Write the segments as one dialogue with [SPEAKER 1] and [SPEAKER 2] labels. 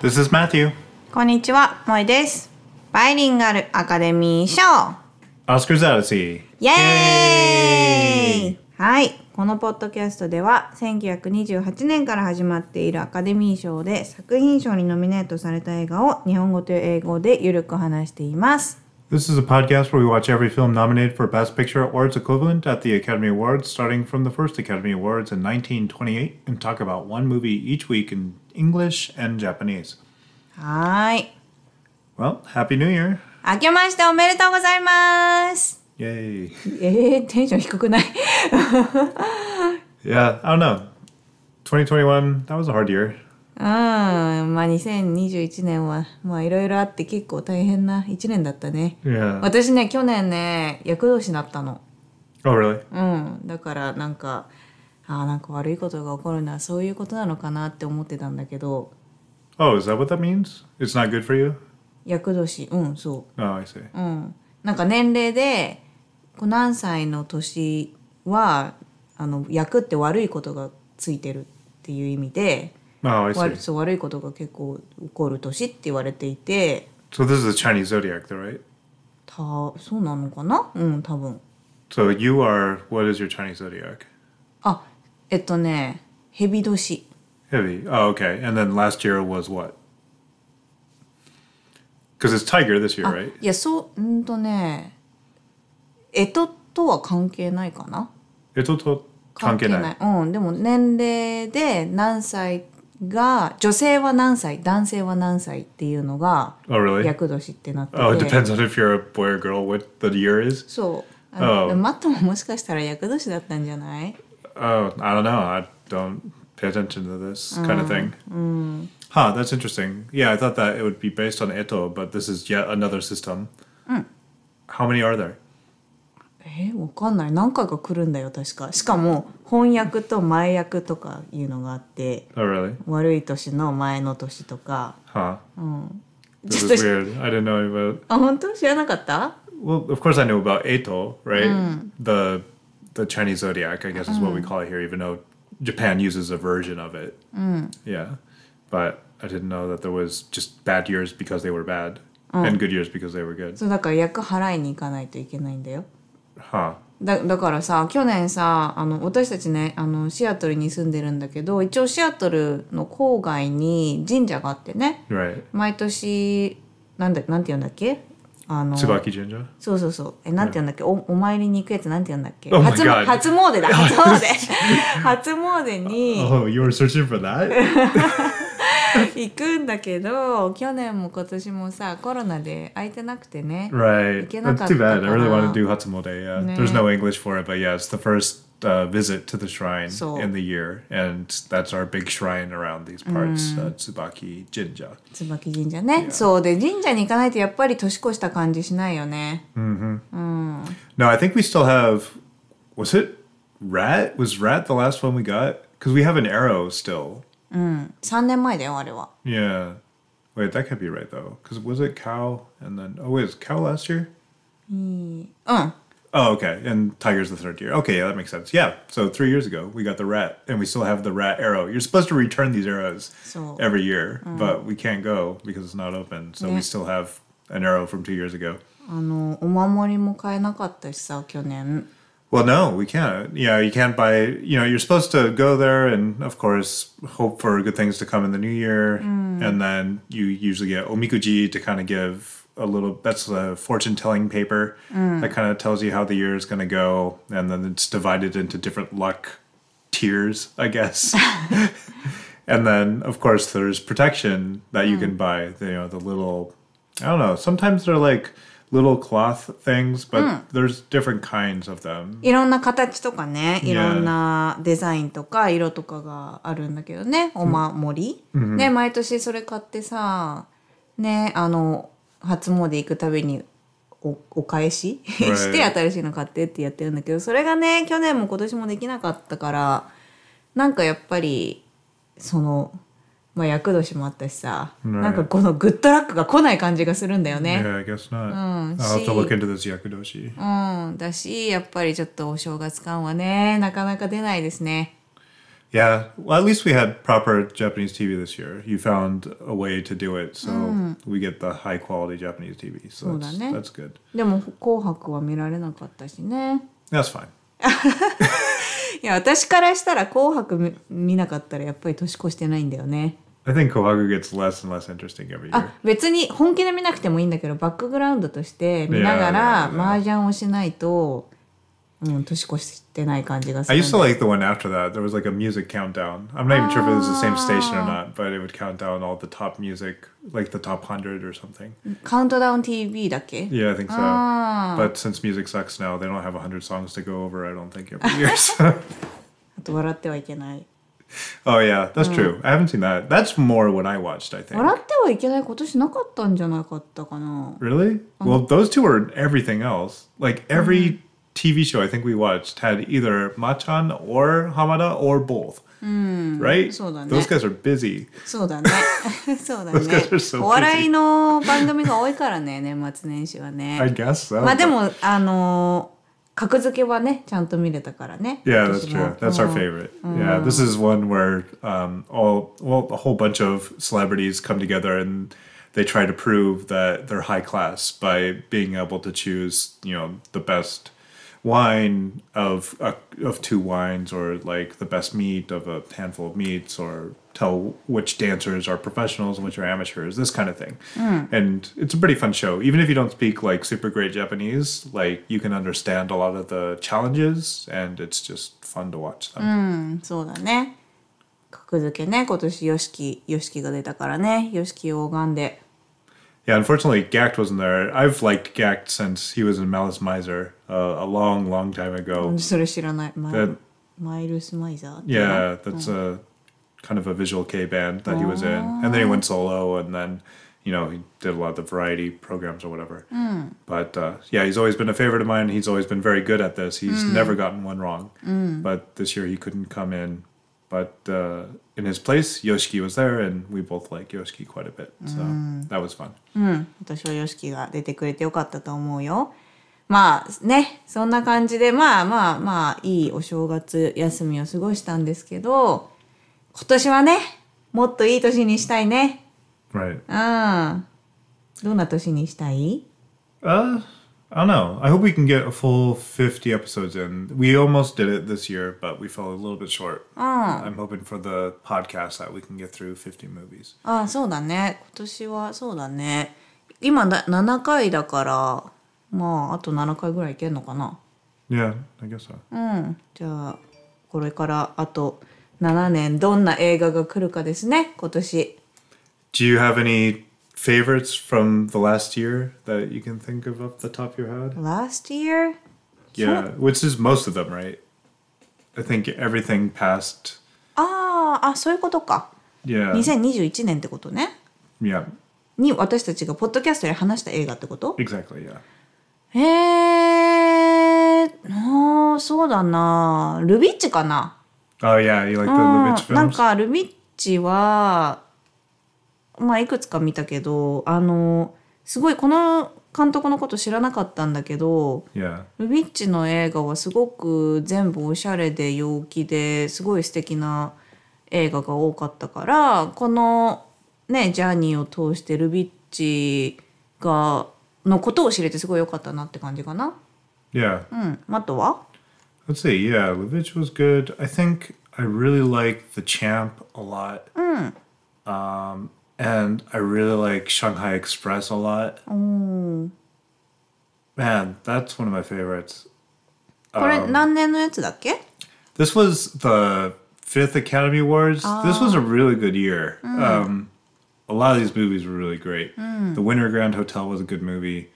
[SPEAKER 1] This is Matthew.
[SPEAKER 2] こんにちは、萌えです。バイリンガルアカデミー賞
[SPEAKER 1] Oscars Odyssey.
[SPEAKER 2] イエーイ
[SPEAKER 1] Yay!
[SPEAKER 2] はい、このポッドキャストでは1928年から始まっているアカデミー賞で作品賞にノミネートされた映画を日本語と英語でゆるく話しています。
[SPEAKER 1] This is a podcast where we watch every film nominated for Best Picture or its equivalent at the Academy Awards, starting from the first Academy Awards in 1928, and talk about one movie each week in English and Japanese.
[SPEAKER 2] はーい。
[SPEAKER 1] Well, Happy New Year!
[SPEAKER 2] 明けましておめでとうございます
[SPEAKER 1] Yay!
[SPEAKER 2] えー、テンション低くない
[SPEAKER 1] Yeah, I don't know. 2021, that was a hard year.
[SPEAKER 2] うん、まあ2021年はまあいろいろあって結構大変な1年だったね。
[SPEAKER 1] Yeah.
[SPEAKER 2] 私ね去年ね厄年だったの
[SPEAKER 1] Oh, really?
[SPEAKER 2] うんだからなんかあーなんか悪いことが起こるのはそういうことなのかなって思ってたんだけど
[SPEAKER 1] Oh, is that what that means? It's not good for you?
[SPEAKER 2] 厄年うんそ
[SPEAKER 1] Oh, I see.
[SPEAKER 2] ううんなんか年齢でこう何歳の年はあの厄って悪いことがついてるっていう意味で
[SPEAKER 1] Oh, I
[SPEAKER 2] 悪
[SPEAKER 1] see.
[SPEAKER 2] そう悪いことが結構起こる年って言われていて
[SPEAKER 1] So this is the Chinese zodiac, though, right?
[SPEAKER 2] たそうなのかなうん多分
[SPEAKER 1] So you are, what is your Chinese zodiac?
[SPEAKER 2] あえっとね蛇年
[SPEAKER 1] Heavy. Oh, okay. And then last year was what? Because it's tiger this year,
[SPEAKER 2] あ
[SPEAKER 1] right?
[SPEAKER 2] いやそうんーとねえととは関係ないかな
[SPEAKER 1] It's all
[SPEAKER 2] うんでも年齢で何歳が女性は何歳男性は何歳っていうのが
[SPEAKER 1] Oh, really?
[SPEAKER 2] 厄年ってなって
[SPEAKER 1] Oh, it
[SPEAKER 2] て、
[SPEAKER 1] depends on if you're a boy or girl, what the year is.
[SPEAKER 2] そうあの
[SPEAKER 1] Oh.
[SPEAKER 2] でもマットももしかしたら厄年だったんじゃない
[SPEAKER 1] Oh, I don't know. I don't pay attention to this kind of thing. Huh, that's interesting. Yeah, I thought that it would be based on Eto, but this is yet another system. How many are there?
[SPEAKER 2] えーわかんない何回か来るんだよ確かしかも翻訳と前訳とかいうのがあって
[SPEAKER 1] Oh, really?
[SPEAKER 2] 悪い年の前の年とか
[SPEAKER 1] Huh.
[SPEAKER 2] ち
[SPEAKER 1] This
[SPEAKER 2] ょっと
[SPEAKER 1] is weird. I didn't know about.
[SPEAKER 2] あ本当知らなかった
[SPEAKER 1] Well, of course I knew about Eto, right? The the Chinese zodiac, I guess, is what we call it here, even though Japan uses a version of it. Yeah, but I didn't know that there was just bad years because they were bad and good years because they were good.
[SPEAKER 2] そうだから役払いに行かないといけないんだよ
[SPEAKER 1] Huh.
[SPEAKER 2] だだからさ去年さあの私たちねあのシアトルに住んでるんだけど一応シアトルの郊外に神社があってね
[SPEAKER 1] Right.
[SPEAKER 2] 毎年なんだなんて言うんだっけあの
[SPEAKER 1] Tsubaki Jinja.
[SPEAKER 2] そうそうそうえなんて言うんだっけ、おお参りに行くやつなんて言うんだっけ、
[SPEAKER 1] Oh my
[SPEAKER 2] 初詣
[SPEAKER 1] God
[SPEAKER 2] 初 詣だ初詣初詣に
[SPEAKER 1] Oh, you were searching for that?
[SPEAKER 2] 行くんだけど去年も今年もさコロナで空いてなくてね
[SPEAKER 1] right.
[SPEAKER 2] Ikenakatta
[SPEAKER 1] That's too bad. I really want to
[SPEAKER 2] kana.
[SPEAKER 1] do Hatsumode. Yeah.
[SPEAKER 2] Ne.
[SPEAKER 1] There's no English for it, but yeah, it's the first uh, visit to the shrine
[SPEAKER 2] So-
[SPEAKER 1] in the year, and that's our big shrine around these parts, uh, Tsubaki Jinja.
[SPEAKER 2] 椿神社ね、そうで神社に行かないとやっぱり年越した感じしないよね
[SPEAKER 1] No, I think we still have. Was it Rat? Was Rat the last one we got? Because we have an arrow still.
[SPEAKER 2] 3年前だよあれは
[SPEAKER 1] Yeah. Wait, that could be right though. Because was it cow and then oh wait, was cow last year?
[SPEAKER 2] うん。
[SPEAKER 1] Oh, okay. And tiger's the third year. Okay, yeah, that makes sense. Yeah. So three years ago, we got the rat, and we still have the rat arrow. You're supposed to return these arrows
[SPEAKER 2] So-
[SPEAKER 1] every year, but we can't go because it's not open. So
[SPEAKER 2] Yeah.
[SPEAKER 1] we still have an arrow from two years ago.
[SPEAKER 2] あのお守りも買えなかったしさ去年
[SPEAKER 1] Well, no, we can't. Yeah, you can't buy. You know, you're supposed to go there and, of course, hope for good things to come in the new year, and then you usually get omikuji to kind of give a little. That's a fortune telling paper that kind of tells you how the year is going to go, and then it's divided into different luck tiers, I guess. and then, of course, there's protection that you can buy. You know, the little. I don't know. Sometimes they're like little cloth things, but there's different kinds of them.
[SPEAKER 2] いろんな形とかねいろんなデザインとか色とかがあるんだけどねお守り、ね毎年それ買ってさねあの初詣行くたびにおお返し
[SPEAKER 1] Right.
[SPEAKER 2] して新しいの買ってってやってるんだけどそれがね去年も今年もできなかったからなんかやっぱりそのまあ厄年もあったしさ、なんかこのグッドラックが来ない感じがするんだよね。
[SPEAKER 1] Yeah, I guess not. I'll have to look into this yakudoshi.
[SPEAKER 2] うん、だしやっぱりちょっとお正月感はねなかなか出ないですね
[SPEAKER 1] Yeah. Well, at least we had proper Japanese TV this year. You found a way to do it, so we get the high quality Japanese TV. So that's,
[SPEAKER 2] そうだね。
[SPEAKER 1] that's good.
[SPEAKER 2] でも「紅白」は見られなかったしね
[SPEAKER 1] That's fine.
[SPEAKER 2] いや私からしたら「紅白見」見なかったらやっぱり年越してないんだよね
[SPEAKER 1] I think Kohaku gets less and less interesting every year.
[SPEAKER 2] あ別に本気で見なくてもいいんだけどバックグラウンドとして見ながら
[SPEAKER 1] いやいやいやいや
[SPEAKER 2] 麻雀をしないと、うん、年越してない感じがす
[SPEAKER 1] I
[SPEAKER 2] るん
[SPEAKER 1] used
[SPEAKER 2] だ
[SPEAKER 1] to like the one after that. There was like a music countdown. I'm not even sure if it was the same station or not, but it would count down all the top music, like the top 100 or something.
[SPEAKER 2] カウントダウン TV だっけ
[SPEAKER 1] Yeah, I think so.
[SPEAKER 2] Ah.
[SPEAKER 1] But since music sucks now, they don't have 100 songs to go over, I don't think, every year. So.
[SPEAKER 2] あと笑ってはいけない
[SPEAKER 1] oh, yeah, that's true. I haven't seen that. That's more what I watched, I think.
[SPEAKER 2] 笑ってはいけないことしなかったんじゃなかったかな
[SPEAKER 1] Really? Well, those two are everything else. Like every TV show I think we watched had either Machan or Hamada or both. Right?
[SPEAKER 2] そうだね。
[SPEAKER 1] Those guys are busy.
[SPEAKER 2] そうだね そうだ
[SPEAKER 1] Those guys are
[SPEAKER 2] ね
[SPEAKER 1] so busy.
[SPEAKER 2] お笑いの番組が多いからね年末年始は
[SPEAKER 1] I
[SPEAKER 2] ね
[SPEAKER 1] guess so.
[SPEAKER 2] まあで
[SPEAKER 1] but-
[SPEAKER 2] もあの格付けはねちゃんと見れたからね
[SPEAKER 1] Yeah, that's
[SPEAKER 2] 今年は
[SPEAKER 1] true. That's our
[SPEAKER 2] うん
[SPEAKER 1] favorite. Yeah, this is one where um, all well a whole bunch of celebrities come together and they try to prove that they're high class by being able to choose you know the best wine of uh, of two wines or like the best meat of a handful of meats or tell which dancers are professionals and which are amateurs this kind of thing and it's a pretty fun show even if you don't speak like super great japanese like you can understand a lot of the challenges and it's just fun to watch them
[SPEAKER 2] そうだね。格付けね、今年ヨシキ、ヨシキが出たからね、ヨシキを拝んで。
[SPEAKER 1] Yeah, unfortunately, Gact wasn't there. I've liked Gact since he was in Malice Miser uh, a long, long time ago.
[SPEAKER 2] それ知らない。マイ
[SPEAKER 1] で
[SPEAKER 2] ルマイルスマイザーっていうの
[SPEAKER 1] Yeah, that's a kind of a visual K band that he was in, and then he went solo, and then you know he did a lot of the variety programs or whatever. But uh, yeah, he's always been a favorite of mine. He's always been very good at this. He's never gotten one wrong. But this year he couldn't come in. But uh, in his place, Yoshiki was there, and we both like Yoshiki quite a bit. So that was fun.
[SPEAKER 2] 私はヨシキが出てくれてよかったと思うよ。まあね、そんな感じで、まあまあまあ、いいお正月休みを過ごしたんですけど、今年はね、もっといい年にしたいね。
[SPEAKER 1] Right.
[SPEAKER 2] うん。どんな年にしたい
[SPEAKER 1] Uh, I don't know. I hope we can get a full 50 episodes in. We almost did it this year, but we fell a little bit short. I'm hoping for the podcast that we can get through 50 movies.
[SPEAKER 2] ああそうだね今年はそうだね今だ7回だからまああと7回ぐらいいけるのかな
[SPEAKER 1] Yeah, I guess so.
[SPEAKER 2] うんじゃあこれからあと7年どんな映画が来るかですね今年
[SPEAKER 1] Do you have any favorites from the last year that you can think of off the top of your head?
[SPEAKER 2] Last year?
[SPEAKER 1] Yeah, which is most of them, right? I think everything past.
[SPEAKER 2] あああそういうことか
[SPEAKER 1] Yeah.
[SPEAKER 2] 2021年ってことね
[SPEAKER 1] Yeah,
[SPEAKER 2] に私たちがポッドキャストで話した映画ってこと
[SPEAKER 1] exactly. Yeah.
[SPEAKER 2] へえああそうだなルビッチかな
[SPEAKER 1] Oh, yeah. You like the
[SPEAKER 2] うん
[SPEAKER 1] Lubitsch
[SPEAKER 2] なん
[SPEAKER 1] films?
[SPEAKER 2] かルビッチはまあいくつか見たけどあのすごいこの監督のこと知らなかったんだけど
[SPEAKER 1] Yeah.
[SPEAKER 2] ルビッチの映画はすごく全部おしゃれで陽気ですごい素敵な映画が多かったからこのねジャーニーを通してルビッチがのことを知れてすごい良かったなって感じかな。
[SPEAKER 1] Yeah.
[SPEAKER 2] うん、あとは
[SPEAKER 1] Let's see. Yeah, Levitch was good. I think I really like The Champ a lot. Um, and I really like Shanghai Express a lot. Man, that's one of my favorites.
[SPEAKER 2] これ何年のやつだっけ
[SPEAKER 1] This was the fifth Academy Awards. This was a really good year. Um, a lot of these movies were really great. The Winter Grand Hotel was a good movie,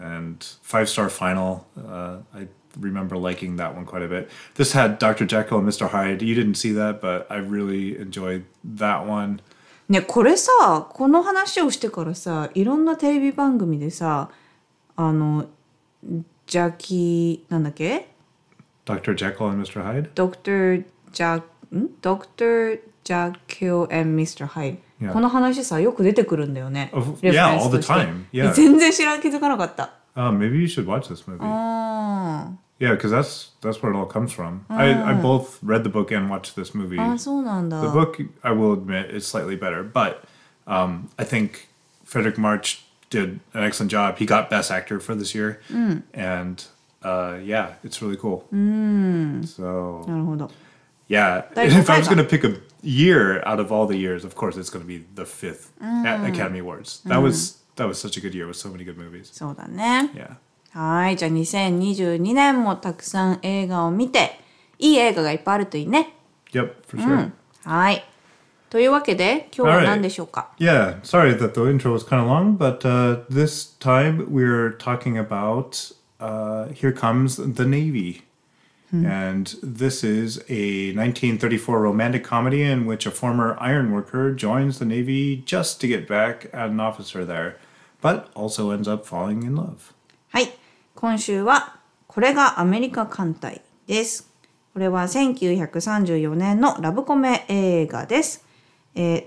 [SPEAKER 1] and Five Star Final. Uh, I remember liking that one quite a bit. This had Dr. Jekyll and Mr. Hyde. You didn't see that, but I really enjoyed that one.
[SPEAKER 2] ねこれさこの話をしてからさいろんなテレビ番組でさあのジャキなんだっけ
[SPEAKER 1] Dr. Jekyll and Mr. Hyde.
[SPEAKER 2] ドクター・ジャんドクター・ジャキル・エン・ミスター・ハイ
[SPEAKER 1] Yeah.
[SPEAKER 2] この話さよく出てくるんだよね
[SPEAKER 1] Of-
[SPEAKER 2] レフレン
[SPEAKER 1] yeah,
[SPEAKER 2] ス
[SPEAKER 1] all the
[SPEAKER 2] として
[SPEAKER 1] time. Yeah.
[SPEAKER 2] 全然知らん気づかなかった
[SPEAKER 1] Oh, Uh, maybe you should watch this movie.
[SPEAKER 2] うん
[SPEAKER 1] Yeah, because that's that's where it all comes from. I, I both read the book and watched this movie.
[SPEAKER 2] あそうなんだ
[SPEAKER 1] The book, I will admit, is slightly better, but um, I think Frederick March did an excellent job. He got Best Actor for this year, and uh, yeah, it's really cool. So
[SPEAKER 2] なるほど
[SPEAKER 1] yeah,
[SPEAKER 2] That's
[SPEAKER 1] if I was
[SPEAKER 2] fine.
[SPEAKER 1] going to pick a year out of all the years, of course, it's going to be the fifth A- Academy Awards. That was that was such a good year with so many good movies.
[SPEAKER 2] そうだね
[SPEAKER 1] Yeah,
[SPEAKER 2] はいじゃあ2022年もたくさん映画を見ていい映画がいっぱいあるといいね
[SPEAKER 1] yep, for sure.
[SPEAKER 2] はいというわけで今日は
[SPEAKER 1] Alright.
[SPEAKER 2] 何でしょうか
[SPEAKER 1] Yeah, sorry that the intro was kind of long, but uh, this time we're talking about uh, Here Comes the Navy. And this is a 1934 romantic comedy in which a former iron worker joins the Navy just to get back at an officer there, but also ends up falling in love.
[SPEAKER 2] はい今週はこれがアメリカ艦隊ですこれは1934年のラブコメ映画です、えー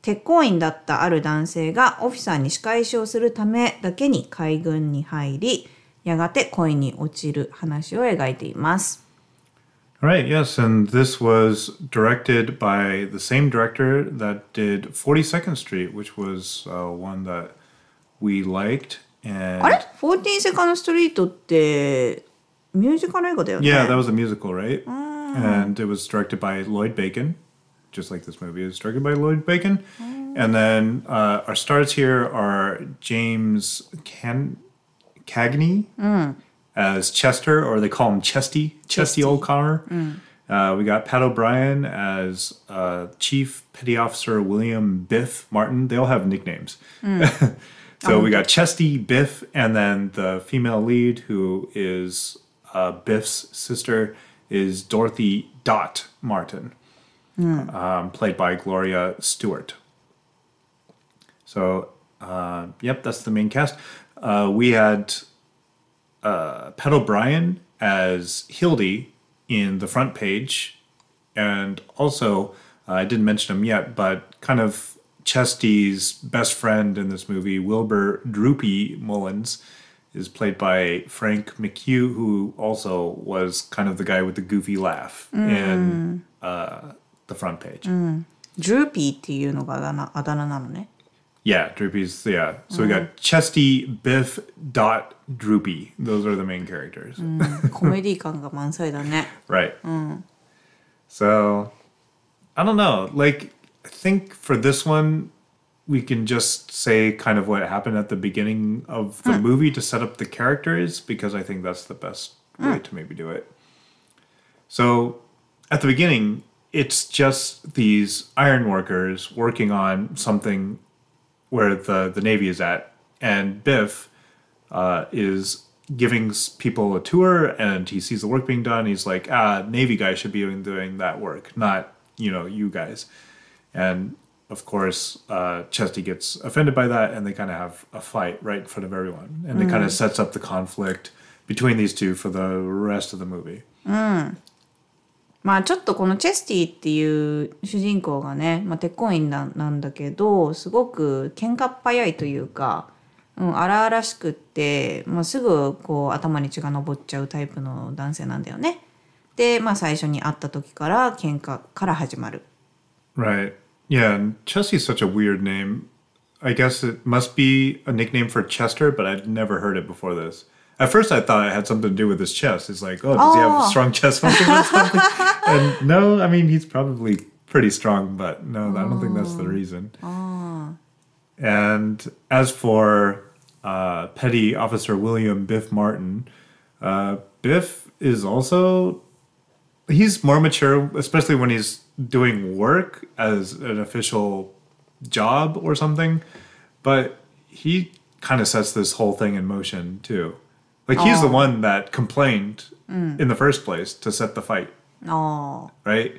[SPEAKER 2] 鉄鋼員だったある男性がオフィサーに仕返しをするためだけに海軍に入りやがて恋に落ちる話を描いています。
[SPEAKER 1] All right, yes, and this was directed by the same director that did 42nd Street, which was uh, one that we liked. And
[SPEAKER 2] あれ ?14 セカンドストリートってミュージカル映画だよね。
[SPEAKER 1] Yeah, that was a musical, right? And it was directed by Lloyd Bacon, just like this movie is directed by Lloyd Bacon. And then uh, our stars here are James Can- Cagney as Chester, or they call him Chesty, Chesty Old Connor. Uh, we got Pat O'Brien as uh, Chief Petty Officer William Biff Martin. They all have nicknames. So we got Chesty, Biff, and then the female lead, who is uh, Biff's sister, is Dorothy Dot Martin, um, played by Gloria Stewart. So, uh, yep, that's the main cast. Uh, we had uh, Pat O'Brien as Hildy in the front page, and also uh, I didn't mention him yet, but kind of Chesty's best friend in this movie, Wilbur Droopy Mullins, is played by Frank McHugh, who also was kind of the guy with the goofy laugh in uh, the front page.
[SPEAKER 2] ドゥーピーっていうのがあだ名あだ名なのね。
[SPEAKER 1] Yeah, Droopy's yeah. So we got Chesty, Biff, Dot, Droopy. Those are the main characters.
[SPEAKER 2] コメディ感が満載だね。
[SPEAKER 1] Right. So, I don't know. Like, I think for this one, we can just say kind of what happened at the beginning of the movie to set up the characters because I think that's the best way to maybe do it. So, at the beginning, it's just these iron workers working on something where the, the Navy is at, and Biff uh, is giving s- people a tour and he sees the work being done. He's like, ah, Navy guys should be doing- doing that work, not, you know, you guys. And of course, uh, Chesty gets offended by that and they kind of have a fight right in front of everyone. And it kind of sets up the conflict between these two for the rest of the movie.
[SPEAKER 2] まあちょっとこのチェスティっていう主人公がね、まあ、鉄鋼員なんなんだけどすごく喧嘩っ早いというか、うん、荒々しくって、まあ、すぐこう頭に血が上っちゃうタイプの男性なんだよね。で、まあ、最初に会った時から喧嘩から始まる。
[SPEAKER 1] Right. Yeah, and Chesty's such a weird name. I guess it must be a nickname for Chester, but I'd never heard it before this. At first, I thought it had something to do with his chest. It's like, oh, does he have
[SPEAKER 2] Oh.
[SPEAKER 1] a strong chest muscle or something? and no, I mean, he's probably pretty strong, but no, I don't think that's the reason. And as for uh, Petty Officer William Biff Martin, uh, Biff is also he's more mature, especially when he's doing work as an official job or something. But he kind of sets this whole thing in motion too. Like he's the one that complained in the first place to set the fight,
[SPEAKER 2] ああ、
[SPEAKER 1] right?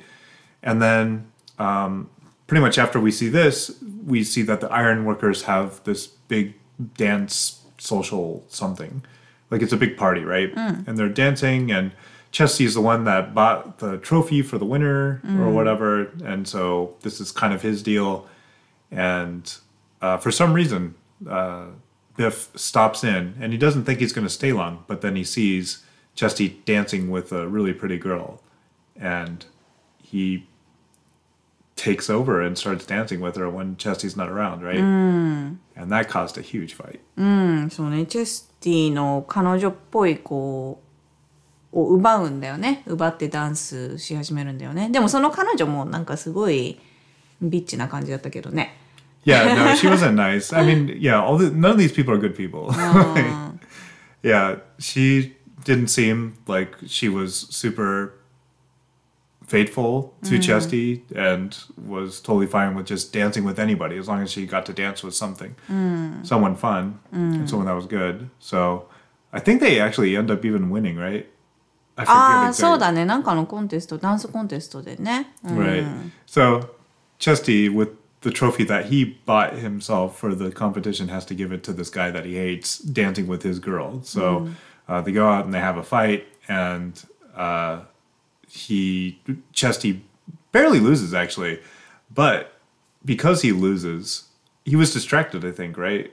[SPEAKER 1] And then um, pretty much after we see this, we see that the iron workers have this big dance social something. Like it's a big party, right? And they're dancing and Chesty is the one that bought the trophy for the winner or whatever. And so this is kind of his deal. And uh, for some reason, uh, Biff stops in and he doesn't think he's going to stay long, but then he sees Chesty dancing with a really pretty girl, and he takes over and starts dancing with her when Chesty's not around, right? And that caused a huge fight.
[SPEAKER 2] うんそうねチェスティの彼女っぽい子を奪うんだよね奪ってダンスし始めるんだよねでもその彼女もなんかすごいビッチな感じだったけどね
[SPEAKER 1] Yeah, no, she wasn't nice. I mean, yeah, all the, none of these people are good people. yeah, she didn't seem like she was super faithful to Chesty and was totally fine with just dancing with anybody as long as she got to dance with something, someone fun, and someone that was good. So I think they actually end up even winning, right? I forget
[SPEAKER 2] ああ
[SPEAKER 1] exactly.
[SPEAKER 2] そうだねなんかのコンテストダンスコンテストでね、うん
[SPEAKER 1] Right. So Chesty, with the trophy that he bought himself for the competition, has to give it to this guy that he hates dancing with his girl. So uh, they go out and they have a fight, and uh, he Chesty barely loses actually, but because he loses. He was distracted, I think, right?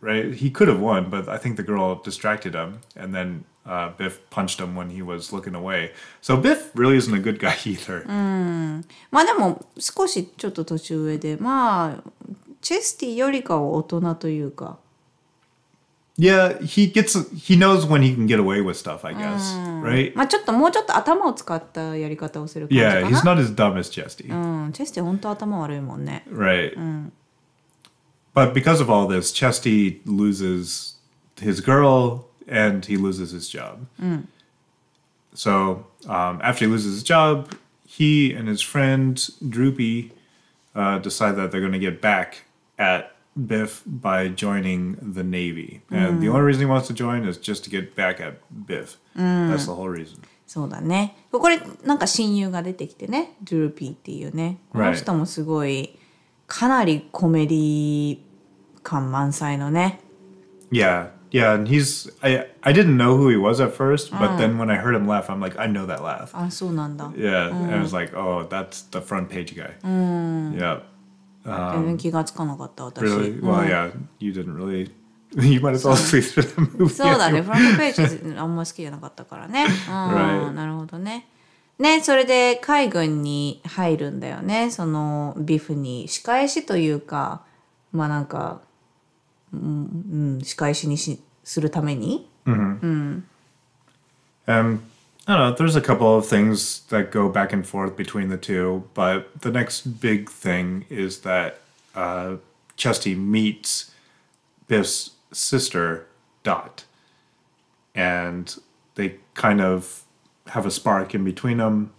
[SPEAKER 1] Right? He could have won, but I think the girl distracted him, and then uh, Biff punched him when he was looking away. So Biff really isn't a good guy either.
[SPEAKER 2] まあでも少しちょっと年上でまあチェスティよりかは大人というか
[SPEAKER 1] Yeah, he gets he knows when he can get away with stuff, I guess, right?
[SPEAKER 2] まあちょっともうちょっと頭を使ったやり方をする感じか
[SPEAKER 1] Yeah,
[SPEAKER 2] な
[SPEAKER 1] he's not as dumb as Chesty,
[SPEAKER 2] うん、チェスティ本当頭悪いもんね
[SPEAKER 1] right? But because of all this, Chesty loses his girl and he loses his job. So um, after he loses his job, he and his friend Droopy uh, decide that they're going to get back at Biff by joining the Navy. And the only reason he wants to join is just to get back at Biff. That's the whole reason.
[SPEAKER 2] そうだねここでなんか親友が出てきてねドゥルピーっていうねこの人もすごいかなりコメディ感満載のね
[SPEAKER 1] Yeah, yeah, and he's I I didn't know who he was at first, but then when I heard him laugh, I'm like, I know that laugh.
[SPEAKER 2] あそうなんだ
[SPEAKER 1] Yeah, and I was like, oh, that's the front page guy. Yeah,
[SPEAKER 2] 全然気がつかなかった私、
[SPEAKER 1] really. Well, yeah, you didn't really. You might have fallen asleep through the movie.
[SPEAKER 2] そうだね、フロントページあんま好きじゃなかったからね。うん、
[SPEAKER 1] Right.
[SPEAKER 2] なるほどね。ね、それで海軍に入るんだよね。そのビフに仕返しというか、まあなんか、うん、うん、仕返しにしするために。
[SPEAKER 1] Um, I don't know. There's a couple of things that go back and forth between the two, but the next big thing is that uh, Chesty meets Biff's sister, Dot, and they kind of have a spark in between them,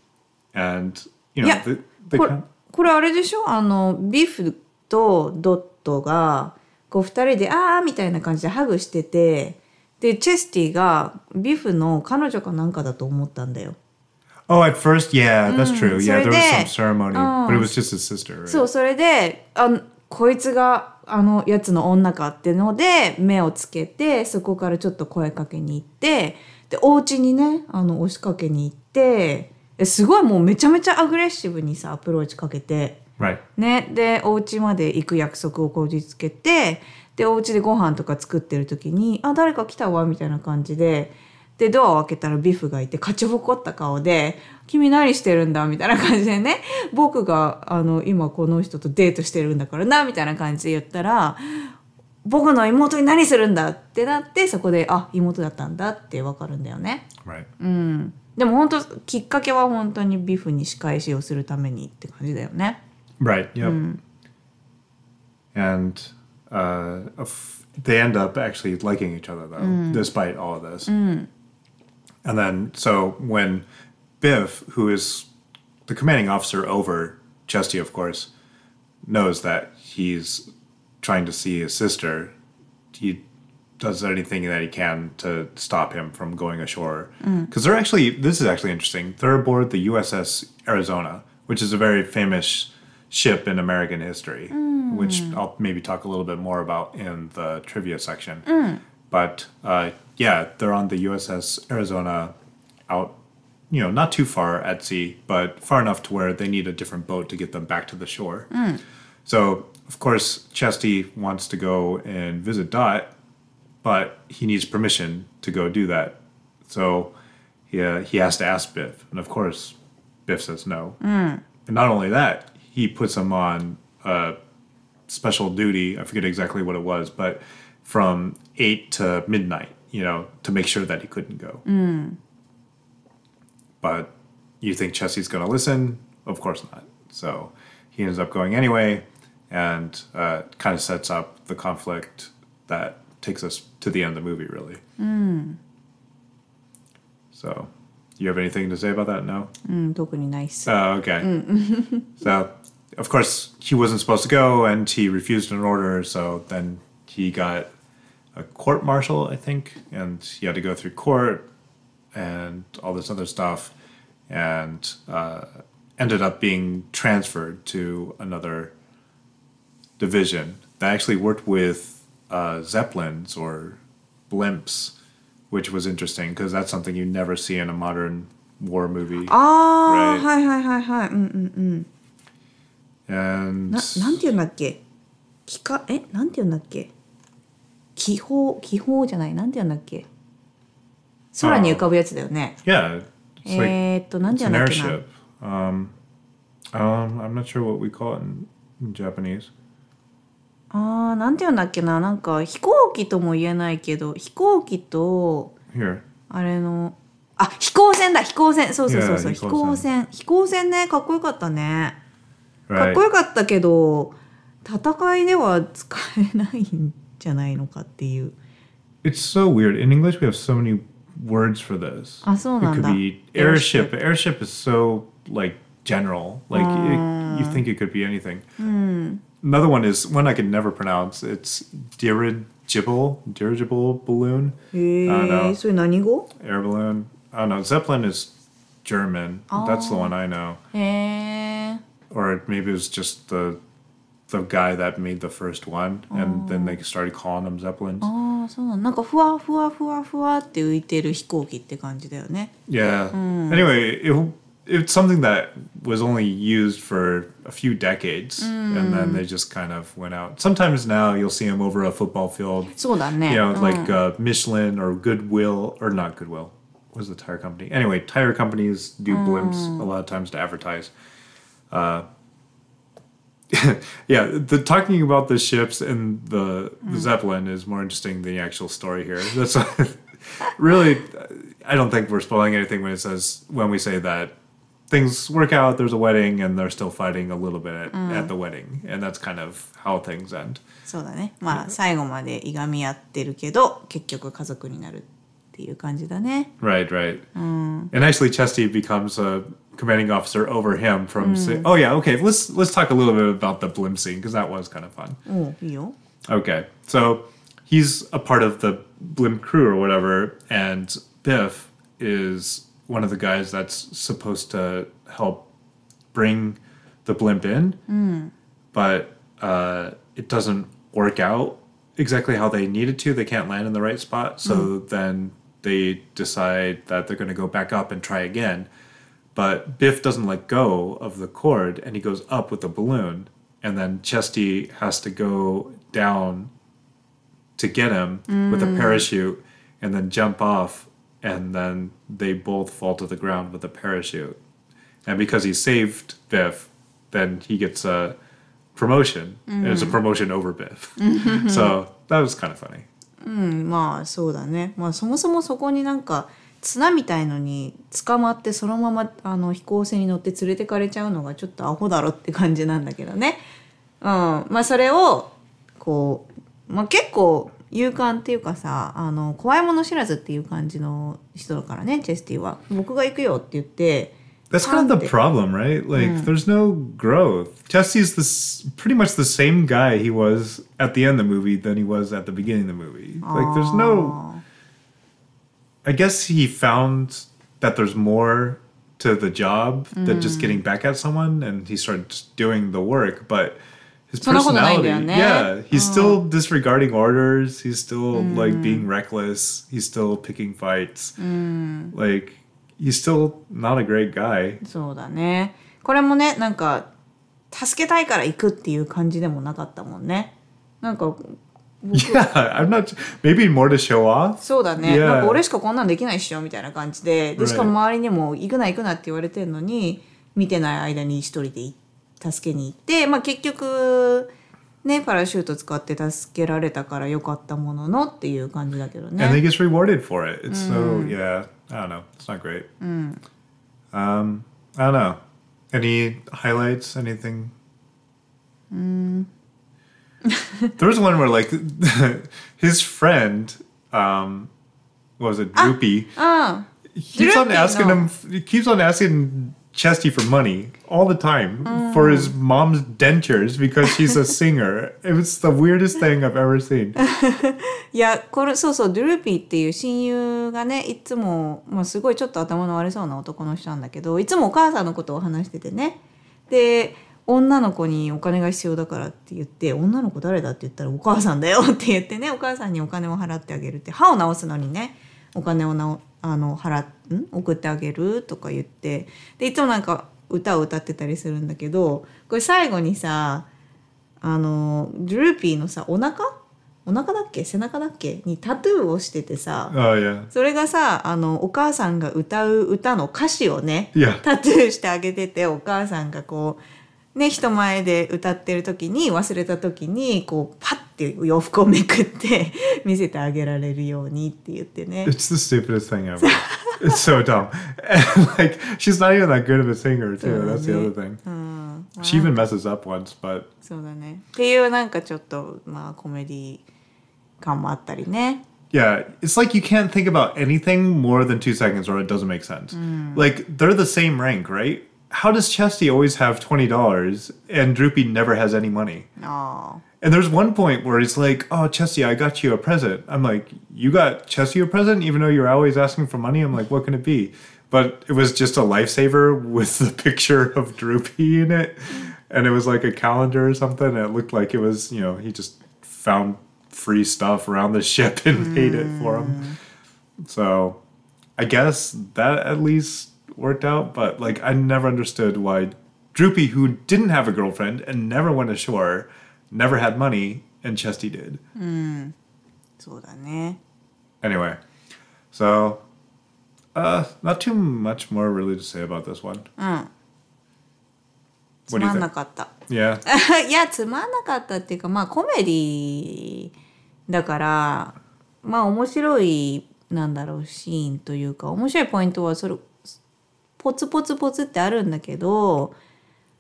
[SPEAKER 1] and you know,
[SPEAKER 2] Yeah.
[SPEAKER 1] they, they
[SPEAKER 2] こ
[SPEAKER 1] kind
[SPEAKER 2] れこれあれでしょあのビフとドットがこう2人で「あー」みたいな感じでハグしててでチェスティがビフの彼女かなんかだと思ったんだよ。
[SPEAKER 1] oh, at first, yeah, that's true. Yeah, there was
[SPEAKER 2] それで、
[SPEAKER 1] some ceremony, but it was just his sister. Right?
[SPEAKER 2] そうそれであこいつがあのやつの女かってので目をつけてそこからちょっと声かけに行ってでお家にねあの押しかけに行ってですごいもうめちゃめちゃアグレッシブにさアプローチかけて。
[SPEAKER 1] right.
[SPEAKER 2] ね、でお家まで行く約束をこじつけてでお家でご飯とか作ってる時に「あ誰か来たわ」みたいな感じででドアを開けたらビフがいて勝ち誇った顔で「君何してるんだ」みたいな感じでね「僕があの今この人とデートしてるんだからな」みたいな感じで言ったら「僕の妹に何するんだ」ってなってそこで「あ妹だったんだ」ってわかるんだよね。
[SPEAKER 1] Right.
[SPEAKER 2] うん、でも本当きっかけは本当にビフに仕返しをするためにって感じだよね。
[SPEAKER 1] Right. Yep. And uh, f- they end up actually liking each other though, despite all of this. And then, so when Biff, who is the commanding officer over Chesty, of course, knows that he's trying to see his sister, he does anything that he can to stop him from going ashore. Because they're actually, this is actually interesting. They're aboard the USS Arizona, which is a very famous ship in American history, which I'll maybe talk a little bit more about in the trivia section. But uh, yeah, they're on the USS Arizona out, you know, not too far at sea, but far enough to where they need a different boat to get them back to the shore. So, of course, Chesty wants to go and visit Dot, but he needs permission to go do that. So yeah, he has to ask Biff, and of course, Biff says no. And not only that, he puts him on uh, special duty. I forget exactly what it was, but from eight to midnight, you know, to make sure that he couldn't go. But you think Chessie's going to listen? Of course not. So he ends up going anyway, and uh, kind of sets up the conflict that takes us to the end of the movie, really. So, you have anything to say about that? No.
[SPEAKER 2] うん、特にないっす。
[SPEAKER 1] Oh, okay. so, of course, he wasn't supposed to go, and he refused an order. So then he got a court martial, I think, and he had to go through court and all this other stuff, and uh, ended up being transferred to another division that actually worked with uh, zeppelins or blimps, which was interesting because that's something you never see in a modern war movie.
[SPEAKER 2] ああ、
[SPEAKER 1] Right.
[SPEAKER 2] はいはいはいはい。うんうんうん。
[SPEAKER 1] and
[SPEAKER 2] ななんて言うんだっけ気かえなんて言うんだっけ気泡気泡じゃないなんて言うんだっけ空に浮かぶやつだよね。
[SPEAKER 1] yeah, it's like
[SPEAKER 2] えー、っとなん
[SPEAKER 1] it's
[SPEAKER 2] て言
[SPEAKER 1] an
[SPEAKER 2] うんだっけな
[SPEAKER 1] airship. Um, um, I'm not sure what we call it in, in Japanese.
[SPEAKER 2] あーなんて言うんだっけななんか飛行機とも言えないけど飛行機と
[SPEAKER 1] Here,
[SPEAKER 2] あれのあ飛行船だ飛行船そうそうそうそう
[SPEAKER 1] Yeah,
[SPEAKER 2] 飛行船飛行船ねかっこよかったねかっ
[SPEAKER 1] right?
[SPEAKER 2] こよかったけど戦いでは使えないんじゃないのかっていう
[SPEAKER 1] It's so weird. In English, we have so many words for this.
[SPEAKER 2] あそうな
[SPEAKER 1] It
[SPEAKER 2] ん
[SPEAKER 1] could
[SPEAKER 2] だ
[SPEAKER 1] be airship. Airship, is so like general. Like it, you think it could be anything. Another one is one I can never pronounce. It's dirigible, dirigible balloon,
[SPEAKER 2] へ
[SPEAKER 1] あの
[SPEAKER 2] えそれ何語
[SPEAKER 1] air balloon. I don't know. Zeppelin is German. That's the one I know.
[SPEAKER 2] へえ
[SPEAKER 1] or maybe it was just the the guy that made the first one, and then they started calling them zeppelins.
[SPEAKER 2] ああそうなんなんかふわふわふわふわって浮いてる飛行機って感じだよね
[SPEAKER 1] Yeah. Anyway, it it's something that was only used for a few decades, and then they just kind of went out. Sometimes now you'll see them over a football field,
[SPEAKER 2] そうだね
[SPEAKER 1] you know,
[SPEAKER 2] うん
[SPEAKER 1] like uh, Michelin or Goodwill or not Goodwill. What Was the tire company anyway? Tire companies do blimps a lot of times to advertise. Uh, yeah, the talking about the ships and the, the Zeppelin is more interesting than the actual story here. That's why- really, I don't think we're spoiling anything when it says when we say that things work out. There's a wedding, and they're still fighting a little bit at, at the wedding, and that's kind of how things end.
[SPEAKER 2] そうだねまあ最後までいがみ合ってるけど結局家族になるっていう感じだね
[SPEAKER 1] Right, right. And actually, Chesty becomes a commanding officer over him from. Say, oh yeah, okay. Let's let's talk a little bit about the blimp scene because that was kind of fun.
[SPEAKER 2] おういいよ
[SPEAKER 1] Okay. So he's a part of the Blimp crew or whatever, and Biff is one of the guys that's supposed to help bring the Blimp in, but uh, it doesn't work out exactly how they needed to. They can't land in the right spot, so then they decide that they're going to go back up and try again. But Biff doesn't let go of the cord and he goes up with the balloon. And then Chesty has to go down to get him with a parachute and then jump off. And then they both fall to the ground with a parachute. And because he saved Biff, then he gets a promotion. And it's a promotion over Biff. so that was kind of funny.
[SPEAKER 2] うんまあそうだねまあそもそもそこになんか綱みたいのに捕まってそのままあの飛行船に乗って連れてかれちゃうのがちょっとアホだろって感じなんだけどねうんまあそれをこう、まあ、結構勇敢っていうかさあの怖いもの知らずっていう感じの人だからねチェスティは僕が行くよって言って。
[SPEAKER 1] That's kind of the
[SPEAKER 2] パンって
[SPEAKER 1] problem, right? Like, there's no growth. Jesse's this pretty much the same guy he was at the end of the movie than he was at the beginning of the movie. Like, there's no. I guess he found that there's more to the job than just getting back at someone, and he started just doing the work. But his
[SPEAKER 2] そんなことないんだよね。
[SPEAKER 1] personality, yeah, he's still disregarding orders. He's still like being reckless. He's still picking fights. Like. He's still not a great guy.
[SPEAKER 2] そうだねこれもねなんか助けたいから行くっていう感じでもなかったもんねなんか
[SPEAKER 1] Yeah, I'm not. Maybe more to show off.
[SPEAKER 2] そうだね、
[SPEAKER 1] Yeah.
[SPEAKER 2] なんか俺しかこんなんできないっしょみたいな感じでで
[SPEAKER 1] Right.
[SPEAKER 2] しかも周りにも行くな行くなって言われてるのに見てない間に一人でい助けに行って、まあ、結局ねパラシュート使って助けられたからよかったもののっていう感じだけど
[SPEAKER 1] And they
[SPEAKER 2] ね
[SPEAKER 1] gets rewarded for it. It's
[SPEAKER 2] Mm.
[SPEAKER 1] so yeah. I don't know. It's not great. Um, I don't know. Any highlights? Anything?
[SPEAKER 2] Mm.
[SPEAKER 1] there was one where like his friend, um, what was it Droopy? keeps on
[SPEAKER 2] Ah. Oh. Droopy,
[SPEAKER 1] asking
[SPEAKER 2] no.
[SPEAKER 1] him. He keeps on asking Chesty for money all the time for
[SPEAKER 2] Mm.
[SPEAKER 1] his mom's dentures because she's a singer. It was the weirdest thing I've ever seen.
[SPEAKER 2] いやこれそうそうドゥルーピーっていう親友がねいつも、まあ、すごいちょっと頭の悪そうな男の人なんだけどいつもお母さんのことを話しててねで女の子にお金が必要だからって言って女の子誰だって言ったらお母さんだよって言ってねお母さんにお金を払ってあげるって歯を治すのにねお金をなおあの払っん送ってあげるとか言ってでいつもなんか歌を歌ってたりするんだけどこれ最後にさあのドゥルーピーのさお腹お腹だっけ背中だっけにタトゥーをしててさ、
[SPEAKER 1] Oh yeah,
[SPEAKER 2] それがさあのお母さんが歌う歌の歌詞をね
[SPEAKER 1] Yeah.
[SPEAKER 2] タトゥーしてあげててお母さんがこうね人前で歌ってる時に忘れた時にこうパッて洋服をめくって 見せてあげられるようにって言ってね
[SPEAKER 1] it's the stupidest thing ever. it's so dumb. And like she's not even that good of a singer too. That's the other thing.
[SPEAKER 2] うん、
[SPEAKER 1] She even messes up once, but
[SPEAKER 2] そうだねっていうなんかちょっとまあコメディ感もあったりね
[SPEAKER 1] Yeah, it's like you can't think about anything more than two seconds or it doesn't make sense. Like, they're the same rank, right? How does Chesty always have $20 and Droopy never has any money?
[SPEAKER 2] ああ
[SPEAKER 1] And there's one point where he's like, Oh, Chesty, I got you a present. I'm like, You got Chesty a present, even though you're always asking for money? I'm like, What can it be? But it was just a lifesaver with the picture of Droopy in it. And it was like a calendar or something. And it looked like it was, you know, he just found free stuff around the ship and paid it for him. So I guess that at least worked out. But like, I never understood why Droopy, who didn't have a girlfriend and never went ashore, never had money, and Chesty did.
[SPEAKER 2] そうだね
[SPEAKER 1] Anyway, so uh, not too much more really to say about this one.
[SPEAKER 2] つ
[SPEAKER 1] What do
[SPEAKER 2] ま
[SPEAKER 1] you
[SPEAKER 2] んな
[SPEAKER 1] think?
[SPEAKER 2] かった
[SPEAKER 1] Yeah,
[SPEAKER 2] いやつまんなかったっていうかまあコメディだからまあ面白いなんだろうシーンというか面白いポイントはそれポツポツポツってあるんだけど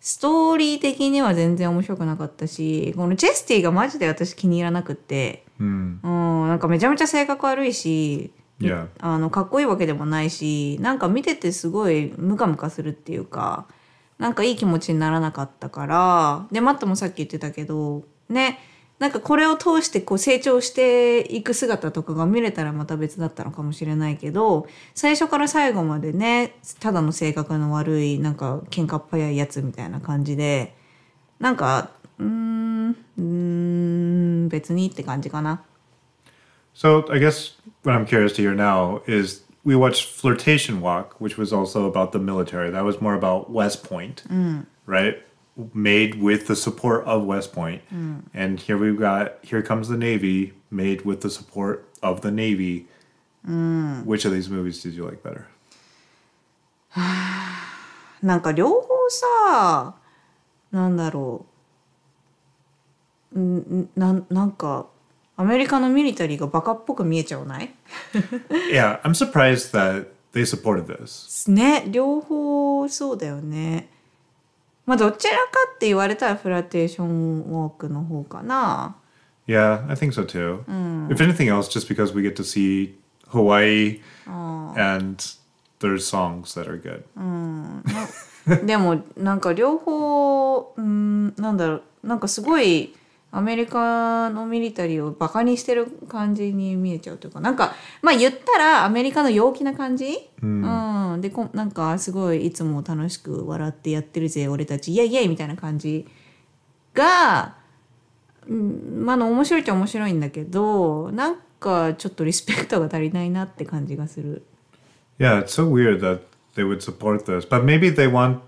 [SPEAKER 2] ストーリー的には全然面白くなかったしこのチェスティがマジで私気に入らなくって、
[SPEAKER 1] mm,
[SPEAKER 2] うん、なんかめちゃめちゃ性格悪いし
[SPEAKER 1] yeah,
[SPEAKER 2] あのかっこいいわけでもないしなんか見ててすごいムカムカするっていうかなんかいい気持ちにならなかったからでマットもさっき言ってたけどねなんかこれを通してこう成長していく姿とかが見れたらまた別だったのかもしれないけど最初から最後までねただの性格の悪いなんか喧嘩っ早いやつみたいな感じでなんかうーんうーん別にって感じかな。
[SPEAKER 1] So I guess what I'm curious to hear now is we watched Flirtation Walk, which was also about the military. That was more about West Point, right? Made with the support of West Point. And here we've got Here Comes the Navy, made with the support of the Navy. Which of these movies did you like better?
[SPEAKER 2] なんか両方さなんだろうんなんなんかアメリカのミリタリーがバカっぽく見えちゃわない
[SPEAKER 1] Yeah, I'm surprised that they supported this.
[SPEAKER 2] ね両方そうだよね。まあどちらかって言われたらフラテーションウォークの方かな。
[SPEAKER 1] Yeah, I think so too. If anything else, just because we get to see Hawaii and there's songs that are good.
[SPEAKER 2] でもなんか両方うんなんだろうなんかすごいアメリカのミリタリーをバカにしてる感じに見えちゃうというかなんかまあ言ったらアメリカの陽気な感じ、うんでこなんかすごいいつも楽しく笑ってやってるぜ俺たちイエイイエイみたいな感じが、うん、まああの面白いっちゃ面白いんだけどなんかちょっとリスペクトが足りないなって感じがする。
[SPEAKER 1] Yeah, it's so weird that they would support this, but maybe they want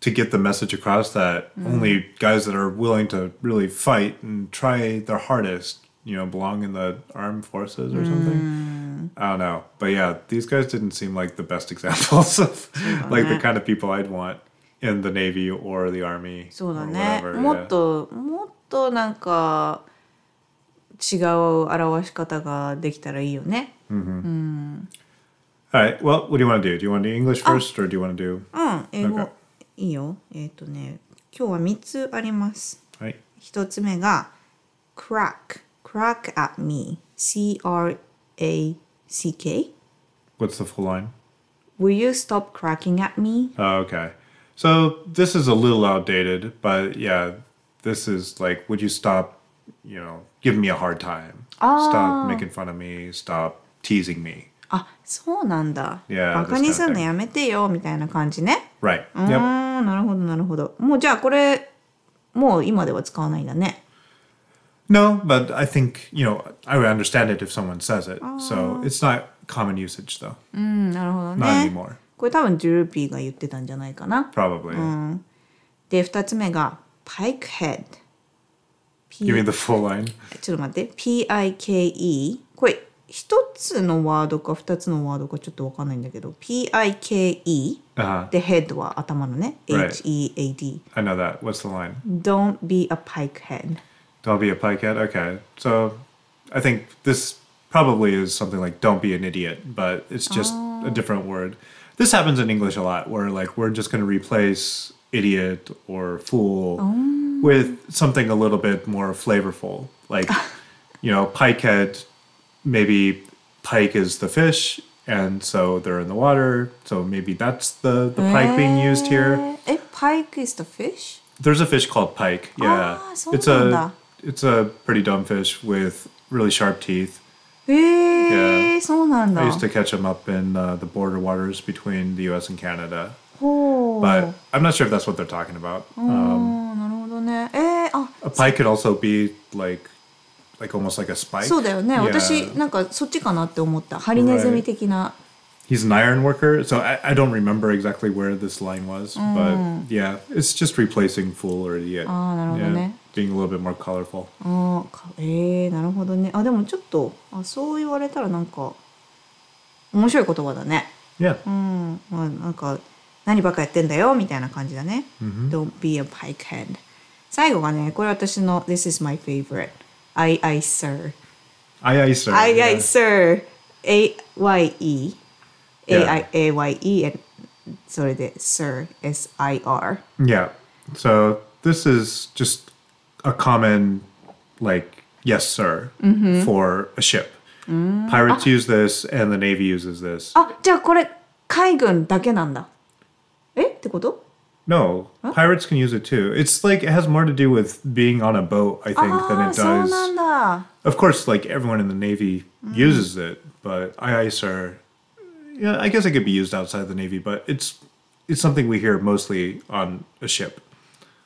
[SPEAKER 1] to get the message across that only guys that are willing to really fight and try their hardest you know belong in the armed forces or something. I don't know, but yeah, these guys didn't seem like the best examples of like the kind of people I'd want in the navy or the army.
[SPEAKER 2] そうだ
[SPEAKER 1] or
[SPEAKER 2] ね
[SPEAKER 1] whatever,
[SPEAKER 2] も
[SPEAKER 1] yeah.
[SPEAKER 2] っともっとなんか違う表し方ができたらいいよね
[SPEAKER 1] All right. Well, what do you want to do? Do you want to do English first, or do you want to do?
[SPEAKER 2] うん英語
[SPEAKER 1] Okay
[SPEAKER 2] いいよえっ、とね今日は3つあります
[SPEAKER 1] はい。
[SPEAKER 2] 1つ目が crack crack at me C-R-A-C-K
[SPEAKER 1] What's the full line?
[SPEAKER 2] Will you stop cracking at me?
[SPEAKER 1] Oh, okay. So this is a little outdated, but yeah, this is like, would you stop, you know, giving me a hard time? Stop making fun of me. Stop teasing me.
[SPEAKER 2] あそうなんだ。
[SPEAKER 1] Yeah,
[SPEAKER 2] バカにすん
[SPEAKER 1] that's kinda
[SPEAKER 2] の
[SPEAKER 1] thing.
[SPEAKER 2] やめてよみたいな感じね。
[SPEAKER 1] Right.
[SPEAKER 2] う
[SPEAKER 1] Yep.
[SPEAKER 2] ーんなるほどなるほど。もうじゃあこれもう今では使わないんだね。
[SPEAKER 1] No, but I think, you know, I would understand it if someone says it. So it's not common usage, though.
[SPEAKER 2] うんなるほど
[SPEAKER 1] Not
[SPEAKER 2] ね。
[SPEAKER 1] anymore,
[SPEAKER 2] これ多分ジュルーピーが言ってたんじゃないかな。
[SPEAKER 1] probably.
[SPEAKER 2] で2つ目がパイクヘッド。P-
[SPEAKER 1] Give me the full line.
[SPEAKER 2] ちょっと待って PIKE これ一つのワードか二つのワードかちょっとわかんないんだけど PIKE
[SPEAKER 1] Uh-huh.
[SPEAKER 2] で head は頭のね
[SPEAKER 1] Right
[SPEAKER 2] HEAD
[SPEAKER 1] I know that. What's the line?
[SPEAKER 2] Don't be a pikehead
[SPEAKER 1] Don't be a pikehead. Okay, so I think this probably is something like "don't be an idiot," but it's just a different word. This happens in English a lot, where like we're just going to replace idiot or fool with something a little bit more flavorful, like you know, pikehead. Maybe pike is the fish, and so they're in the water. So maybe that's the the pike being used here.
[SPEAKER 2] え、pike is the fish?
[SPEAKER 1] There's a fish called pike. Yeah,
[SPEAKER 2] Ah, so
[SPEAKER 1] it's
[SPEAKER 2] nanda.
[SPEAKER 1] a it's a pretty dumb fish with really sharp teeth.
[SPEAKER 2] えー、そうなんだ
[SPEAKER 1] I。used to catch them up in uh, the border waters between the U.S. and Canada,
[SPEAKER 2] ほう。
[SPEAKER 1] but
[SPEAKER 2] あ
[SPEAKER 1] I'm not sure if that's what they're talking about.
[SPEAKER 2] Mm.
[SPEAKER 1] Um,
[SPEAKER 2] ーなるほどね。えー、あ
[SPEAKER 1] a pike could also be like like almost like a spike.
[SPEAKER 2] そうだよね。
[SPEAKER 1] Yeah.
[SPEAKER 2] 私、なんかそっちかなって思った。ハリネズミ的な。
[SPEAKER 1] He's an iron worker, so I, I don't remember exactly where this line was, but yeah, it's just replacing fool or idiot.
[SPEAKER 2] Mm. Ah,
[SPEAKER 1] yeah,
[SPEAKER 2] なるほどね。
[SPEAKER 1] being a little bit more colorful.
[SPEAKER 2] あーかえー、なるほどね。あ、でもちょっと、あそう言われたらなんか、面白い言葉だね。
[SPEAKER 1] Yeah.
[SPEAKER 2] うん。まあ、なんか、何ばっかやってんだよ、みたいな感じだね。Don't be a pikehead. 最後がね、これ私の This is my favorite. I, I, sir.
[SPEAKER 1] Aye, aye, sir.
[SPEAKER 2] I
[SPEAKER 1] Yeah.
[SPEAKER 2] I sir A Y E A I A Y E and それで sir S I R
[SPEAKER 1] Yeah. So this is just a common, like, yes, sir, for a ship. Pirates use this, and the Navy uses this.
[SPEAKER 2] あじゃあこれ海軍だけなんだえってこと
[SPEAKER 1] No, pirates can use it too. It's like, it has more to do with being on a boat, I think,
[SPEAKER 2] あ
[SPEAKER 1] than
[SPEAKER 2] あ
[SPEAKER 1] it
[SPEAKER 2] そうな
[SPEAKER 1] does.
[SPEAKER 2] んだ
[SPEAKER 1] Of course, like, everyone in the Navy uses it, but aye, aye, sir. Yeah, I guess it could be used outside the Navy, but it's it's something we hear mostly on a ship.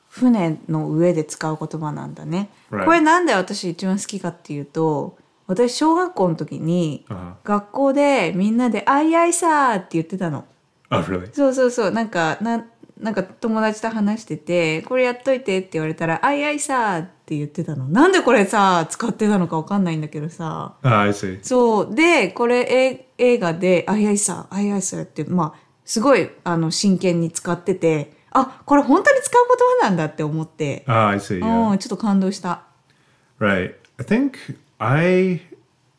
[SPEAKER 2] 船の上で使う言葉なんだね、
[SPEAKER 1] Right.
[SPEAKER 2] これなんで私一番好きかっていうと私小学校の時に学校でみんなで「あいあいさー」って言ってたの。
[SPEAKER 1] Oh, really?
[SPEAKER 2] そうそうそうなんかななんか友達と話してて「これやっといて」って言われたら「あいあいさ」って言ってたのなんでこれさ使ってたのかわかんないんだけどさ
[SPEAKER 1] Ah, I see.
[SPEAKER 2] そうでこれえ映画で「あいあいさ」「あいあいさ」ってまあすごいあの真剣に使っててあこれ本当に使う言葉なんだって思って、
[SPEAKER 1] Ah, I see. Yeah.
[SPEAKER 2] うん、ちょっと感動した。
[SPEAKER 1] Right. I think I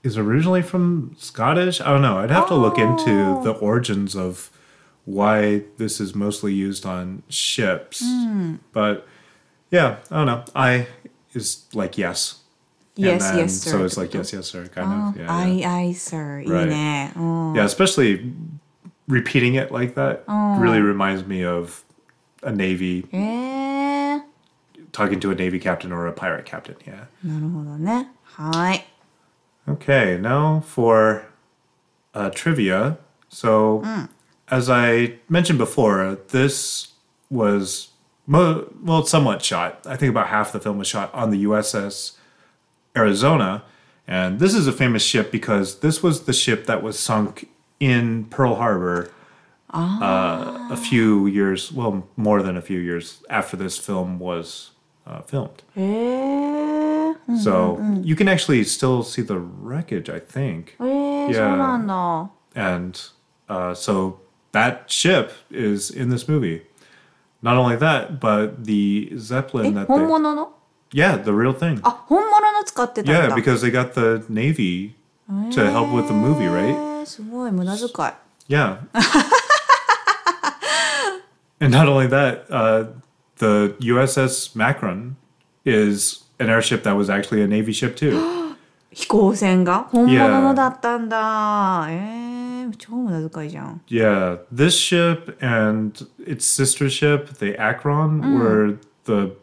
[SPEAKER 1] is originally from Scottish. I don't know. I'd have to look
[SPEAKER 2] Oh.
[SPEAKER 1] into the origins of why this is mostly used on ships.
[SPEAKER 2] Hmm.
[SPEAKER 1] But yeah, I don't know. I is like yes.
[SPEAKER 2] Yes,
[SPEAKER 1] and then,
[SPEAKER 2] yes, sir. Oh,
[SPEAKER 1] So it's like yes, yes, sir, kind of. Yeah,
[SPEAKER 2] あ
[SPEAKER 1] yeah.
[SPEAKER 2] いあいさ、いいね。うん、
[SPEAKER 1] yeah, especially repeating it like that
[SPEAKER 2] Oh.
[SPEAKER 1] really reminds me of a navy
[SPEAKER 2] えー、
[SPEAKER 1] talking to a navy captain or a pirate captain. Yeah.
[SPEAKER 2] なるほどね。はい。
[SPEAKER 1] Okay, now for uh, trivia. So, as I mentioned before, this was mo- well, somewhat shot. I think about half the film was shot on the USS Arizona, and this is a famous ship because this was the ship that was sunk in Pearl Harbor. Uh, a few years, well, more than a few years after this film was uh, filmed.
[SPEAKER 2] えー、
[SPEAKER 1] So you can actually still see the wreckage, I think.
[SPEAKER 2] えー
[SPEAKER 1] Yeah.
[SPEAKER 2] そうなんだ。
[SPEAKER 1] And uh, so that ship is in this movie. Not only that, but the Zeppelin
[SPEAKER 2] え
[SPEAKER 1] that
[SPEAKER 2] 本
[SPEAKER 1] they,
[SPEAKER 2] 物の
[SPEAKER 1] yeah, the real thing.
[SPEAKER 2] あ本物の使ってたん
[SPEAKER 1] yeah,
[SPEAKER 2] だ。
[SPEAKER 1] because they got the Navy to help with the movie,
[SPEAKER 2] え
[SPEAKER 1] right?
[SPEAKER 2] ー、すごい無駄遣い。
[SPEAKER 1] Yeah. and not only that, uh, the USS Macron is an airship that was actually a Navy ship too.
[SPEAKER 2] 飛行船が本
[SPEAKER 1] Yeah.
[SPEAKER 2] 物のだったんだ。えー、超無駄遣いじゃん。
[SPEAKER 1] yeah, this ship and its sister ship, the Akron, were the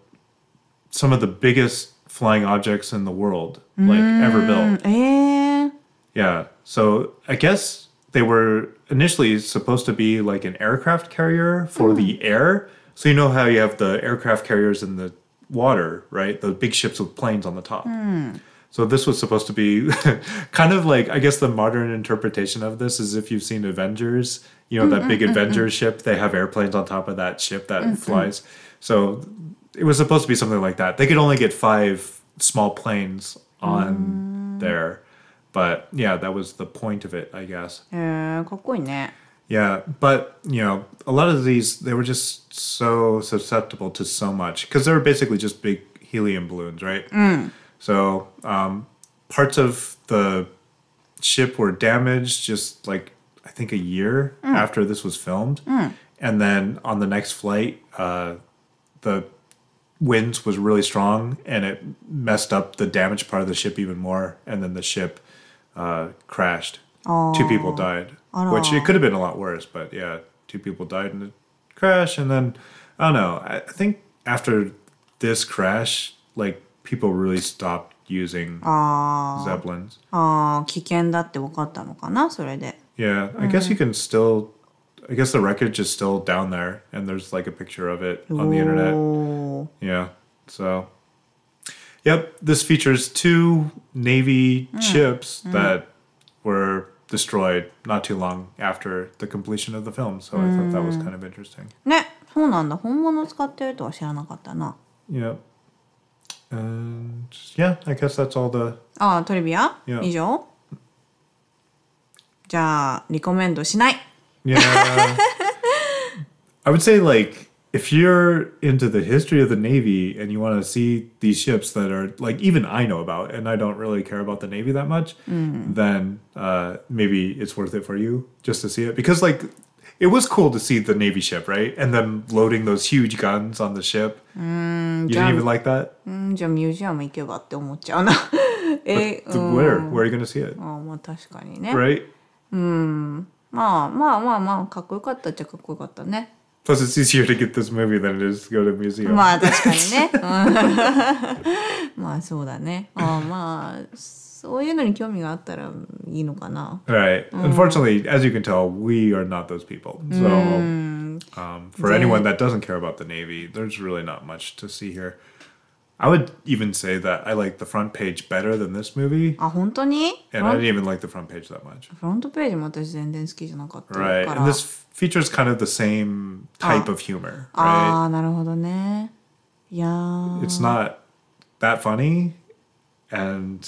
[SPEAKER 1] some of the biggest flying objects in the world, like ever built.
[SPEAKER 2] うんえー、
[SPEAKER 1] Yeah. So I guess they were initially supposed to be like an aircraft carrier for the air. So you know how you have the aircraft carriers in the water, right? The big ships with planes on the top. So this was supposed to be kind of like I guess the modern interpretation of this is if you've seen Avengers, you know that big Avenger ship, they have airplanes on top of that ship that flies. So it was supposed to be something like that. They could only get five small planes on there. But yeah, that was the point of it, I guess.
[SPEAKER 2] えー、かっこいいね。
[SPEAKER 1] Yeah, but you know, a lot of these they were just so susceptible to so much because they were basically just big helium balloons, right? So um, parts of the ship were damaged, just like I think a year after this was filmed, and then on the next flight, uh, the winds was really strong and it messed up the damaged part of the ship even more, and then the ship uh, crashed. Two people died, which it could have been a lot worse, but yeah, two people died in the crash, and then I don't know. I I think after this crash, like people really stopped using zeppelins.
[SPEAKER 2] ああ、危険だって分かったのかな、それで。
[SPEAKER 1] Yeah, I guess you can still. I guess the wreckage is still down there, and there's like a picture of it on the internet.
[SPEAKER 2] おー
[SPEAKER 1] Yeah, so. Yep, this features two Navy ships that were destroyed not too long after the completion of the film, so I thought that was kind of interesting.
[SPEAKER 2] ね、そうなんだ。本物使ってるとは知らなかったな。
[SPEAKER 1] Yep. And yeah, I guess that's all the.
[SPEAKER 2] ああ、トリビア
[SPEAKER 1] Yeah.
[SPEAKER 2] 以上じゃあ、リコメンドしない。
[SPEAKER 1] Yeah. I would say like if you're into the history of the Navy and you want to see these ships that are like even I know about and I don't really care about the Navy that much, then uh, maybe it's worth it for you just to see it because like it was cool to see the Navy ship right and them loading those huge guns on the ship. you didn't
[SPEAKER 2] yeah.
[SPEAKER 1] even like that.
[SPEAKER 2] うん、じゃあミュージアム行けばって思っちゃうな。 え、う
[SPEAKER 1] The-
[SPEAKER 2] ん。
[SPEAKER 1] Where where are you gonna see it?
[SPEAKER 2] あーまあ確かにね。
[SPEAKER 1] Right.
[SPEAKER 2] まあまあまあまあ、かっこよかったっちゃかっこよかったね。
[SPEAKER 1] Plus, it's easier to get this movie than it is to go to a museum.
[SPEAKER 2] まあ確かにね。うん まあそうだね。ああまあ、そういうのに興味があったらいいのかな。
[SPEAKER 1] Right. Unfortunately, as you can tell, we are not those people. So, um, for anyone that doesn't care about the Navy, there's really not much to see here. I would even say that I like the front page better than this movie,
[SPEAKER 2] あ、本当にフ
[SPEAKER 1] and I
[SPEAKER 2] ロン
[SPEAKER 1] didn't even like the front page that much.
[SPEAKER 2] フロントページも私全然好きじゃなかったから。
[SPEAKER 1] Right. And this features kind of the same type of humor. Right.
[SPEAKER 2] ああ、なるほどね。いやー
[SPEAKER 1] It's not that funny, and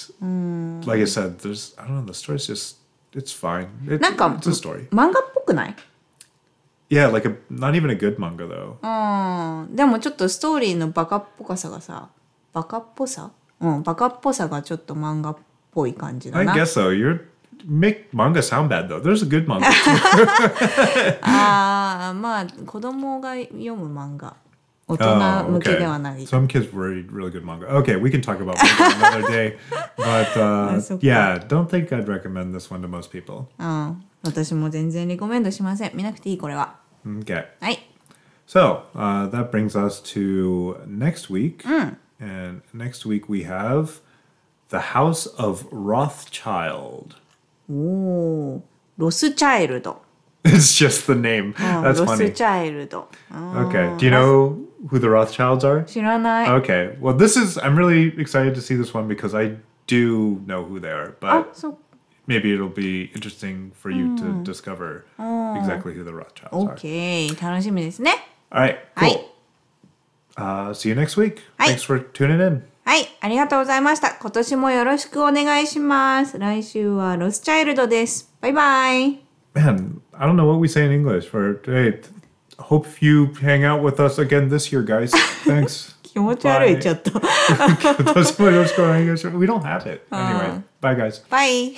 [SPEAKER 1] like I said, there's I don't know. The story's just it's fine. It,
[SPEAKER 2] なんか
[SPEAKER 1] it's a story.
[SPEAKER 2] 漫画っぽくない
[SPEAKER 1] Yeah, like a not even a good manga though.
[SPEAKER 2] うんでもちょっとストーリーのバカっぽかさがさバカっぽさうんバカっぽさがちょっと漫画っぽい感じだ
[SPEAKER 1] I
[SPEAKER 2] な
[SPEAKER 1] guess so. You're make manga sound bad though. There's a good manga.
[SPEAKER 2] ああまあ子供が読む漫画大人向けではない、
[SPEAKER 1] Oh, Some kids read really good manga. Okay, we can talk about manga another day. But uh,
[SPEAKER 2] That's okay.
[SPEAKER 1] yeah, don't think I'd recommend this one to most people.
[SPEAKER 2] うん私も全然リコメンドしません見なくていいこれは
[SPEAKER 1] Okay.
[SPEAKER 2] はい
[SPEAKER 1] So uh, that brings us to next week. And next week we have The House of Rothschild.
[SPEAKER 2] おおロスチャイルド、
[SPEAKER 1] It's just the name.
[SPEAKER 2] うん、ロ
[SPEAKER 1] That's
[SPEAKER 2] ス
[SPEAKER 1] funny.
[SPEAKER 2] チャイルド、うん、
[SPEAKER 1] Okay. Do you know who the Rothschilds are?
[SPEAKER 2] 知らない、
[SPEAKER 1] Okay. Well, this is. I'm really excited to see this one because I do know who they are, but
[SPEAKER 2] あそう
[SPEAKER 1] maybe it'll be interesting for you to discover exactly who the Rothschilds
[SPEAKER 2] Oh.
[SPEAKER 1] are.
[SPEAKER 2] OK 楽しみですね
[SPEAKER 1] All right.
[SPEAKER 2] Hi.
[SPEAKER 1] Cool. Uh, see you next week.
[SPEAKER 2] Hi.
[SPEAKER 1] Thanks for tuning in.
[SPEAKER 2] はい、ありがとうございました。今年もよろしくお願いします。来週はロスチャイルドです。バイバイ。
[SPEAKER 1] Man, I don't know what we say in English for hey, th- hope you hang out with us again this year, guys. Thanks.
[SPEAKER 2] 気持ち悪いちょっと。
[SPEAKER 1] That's what- that's what I guess- we don't have it. Anyway, bye guys.
[SPEAKER 2] バイ。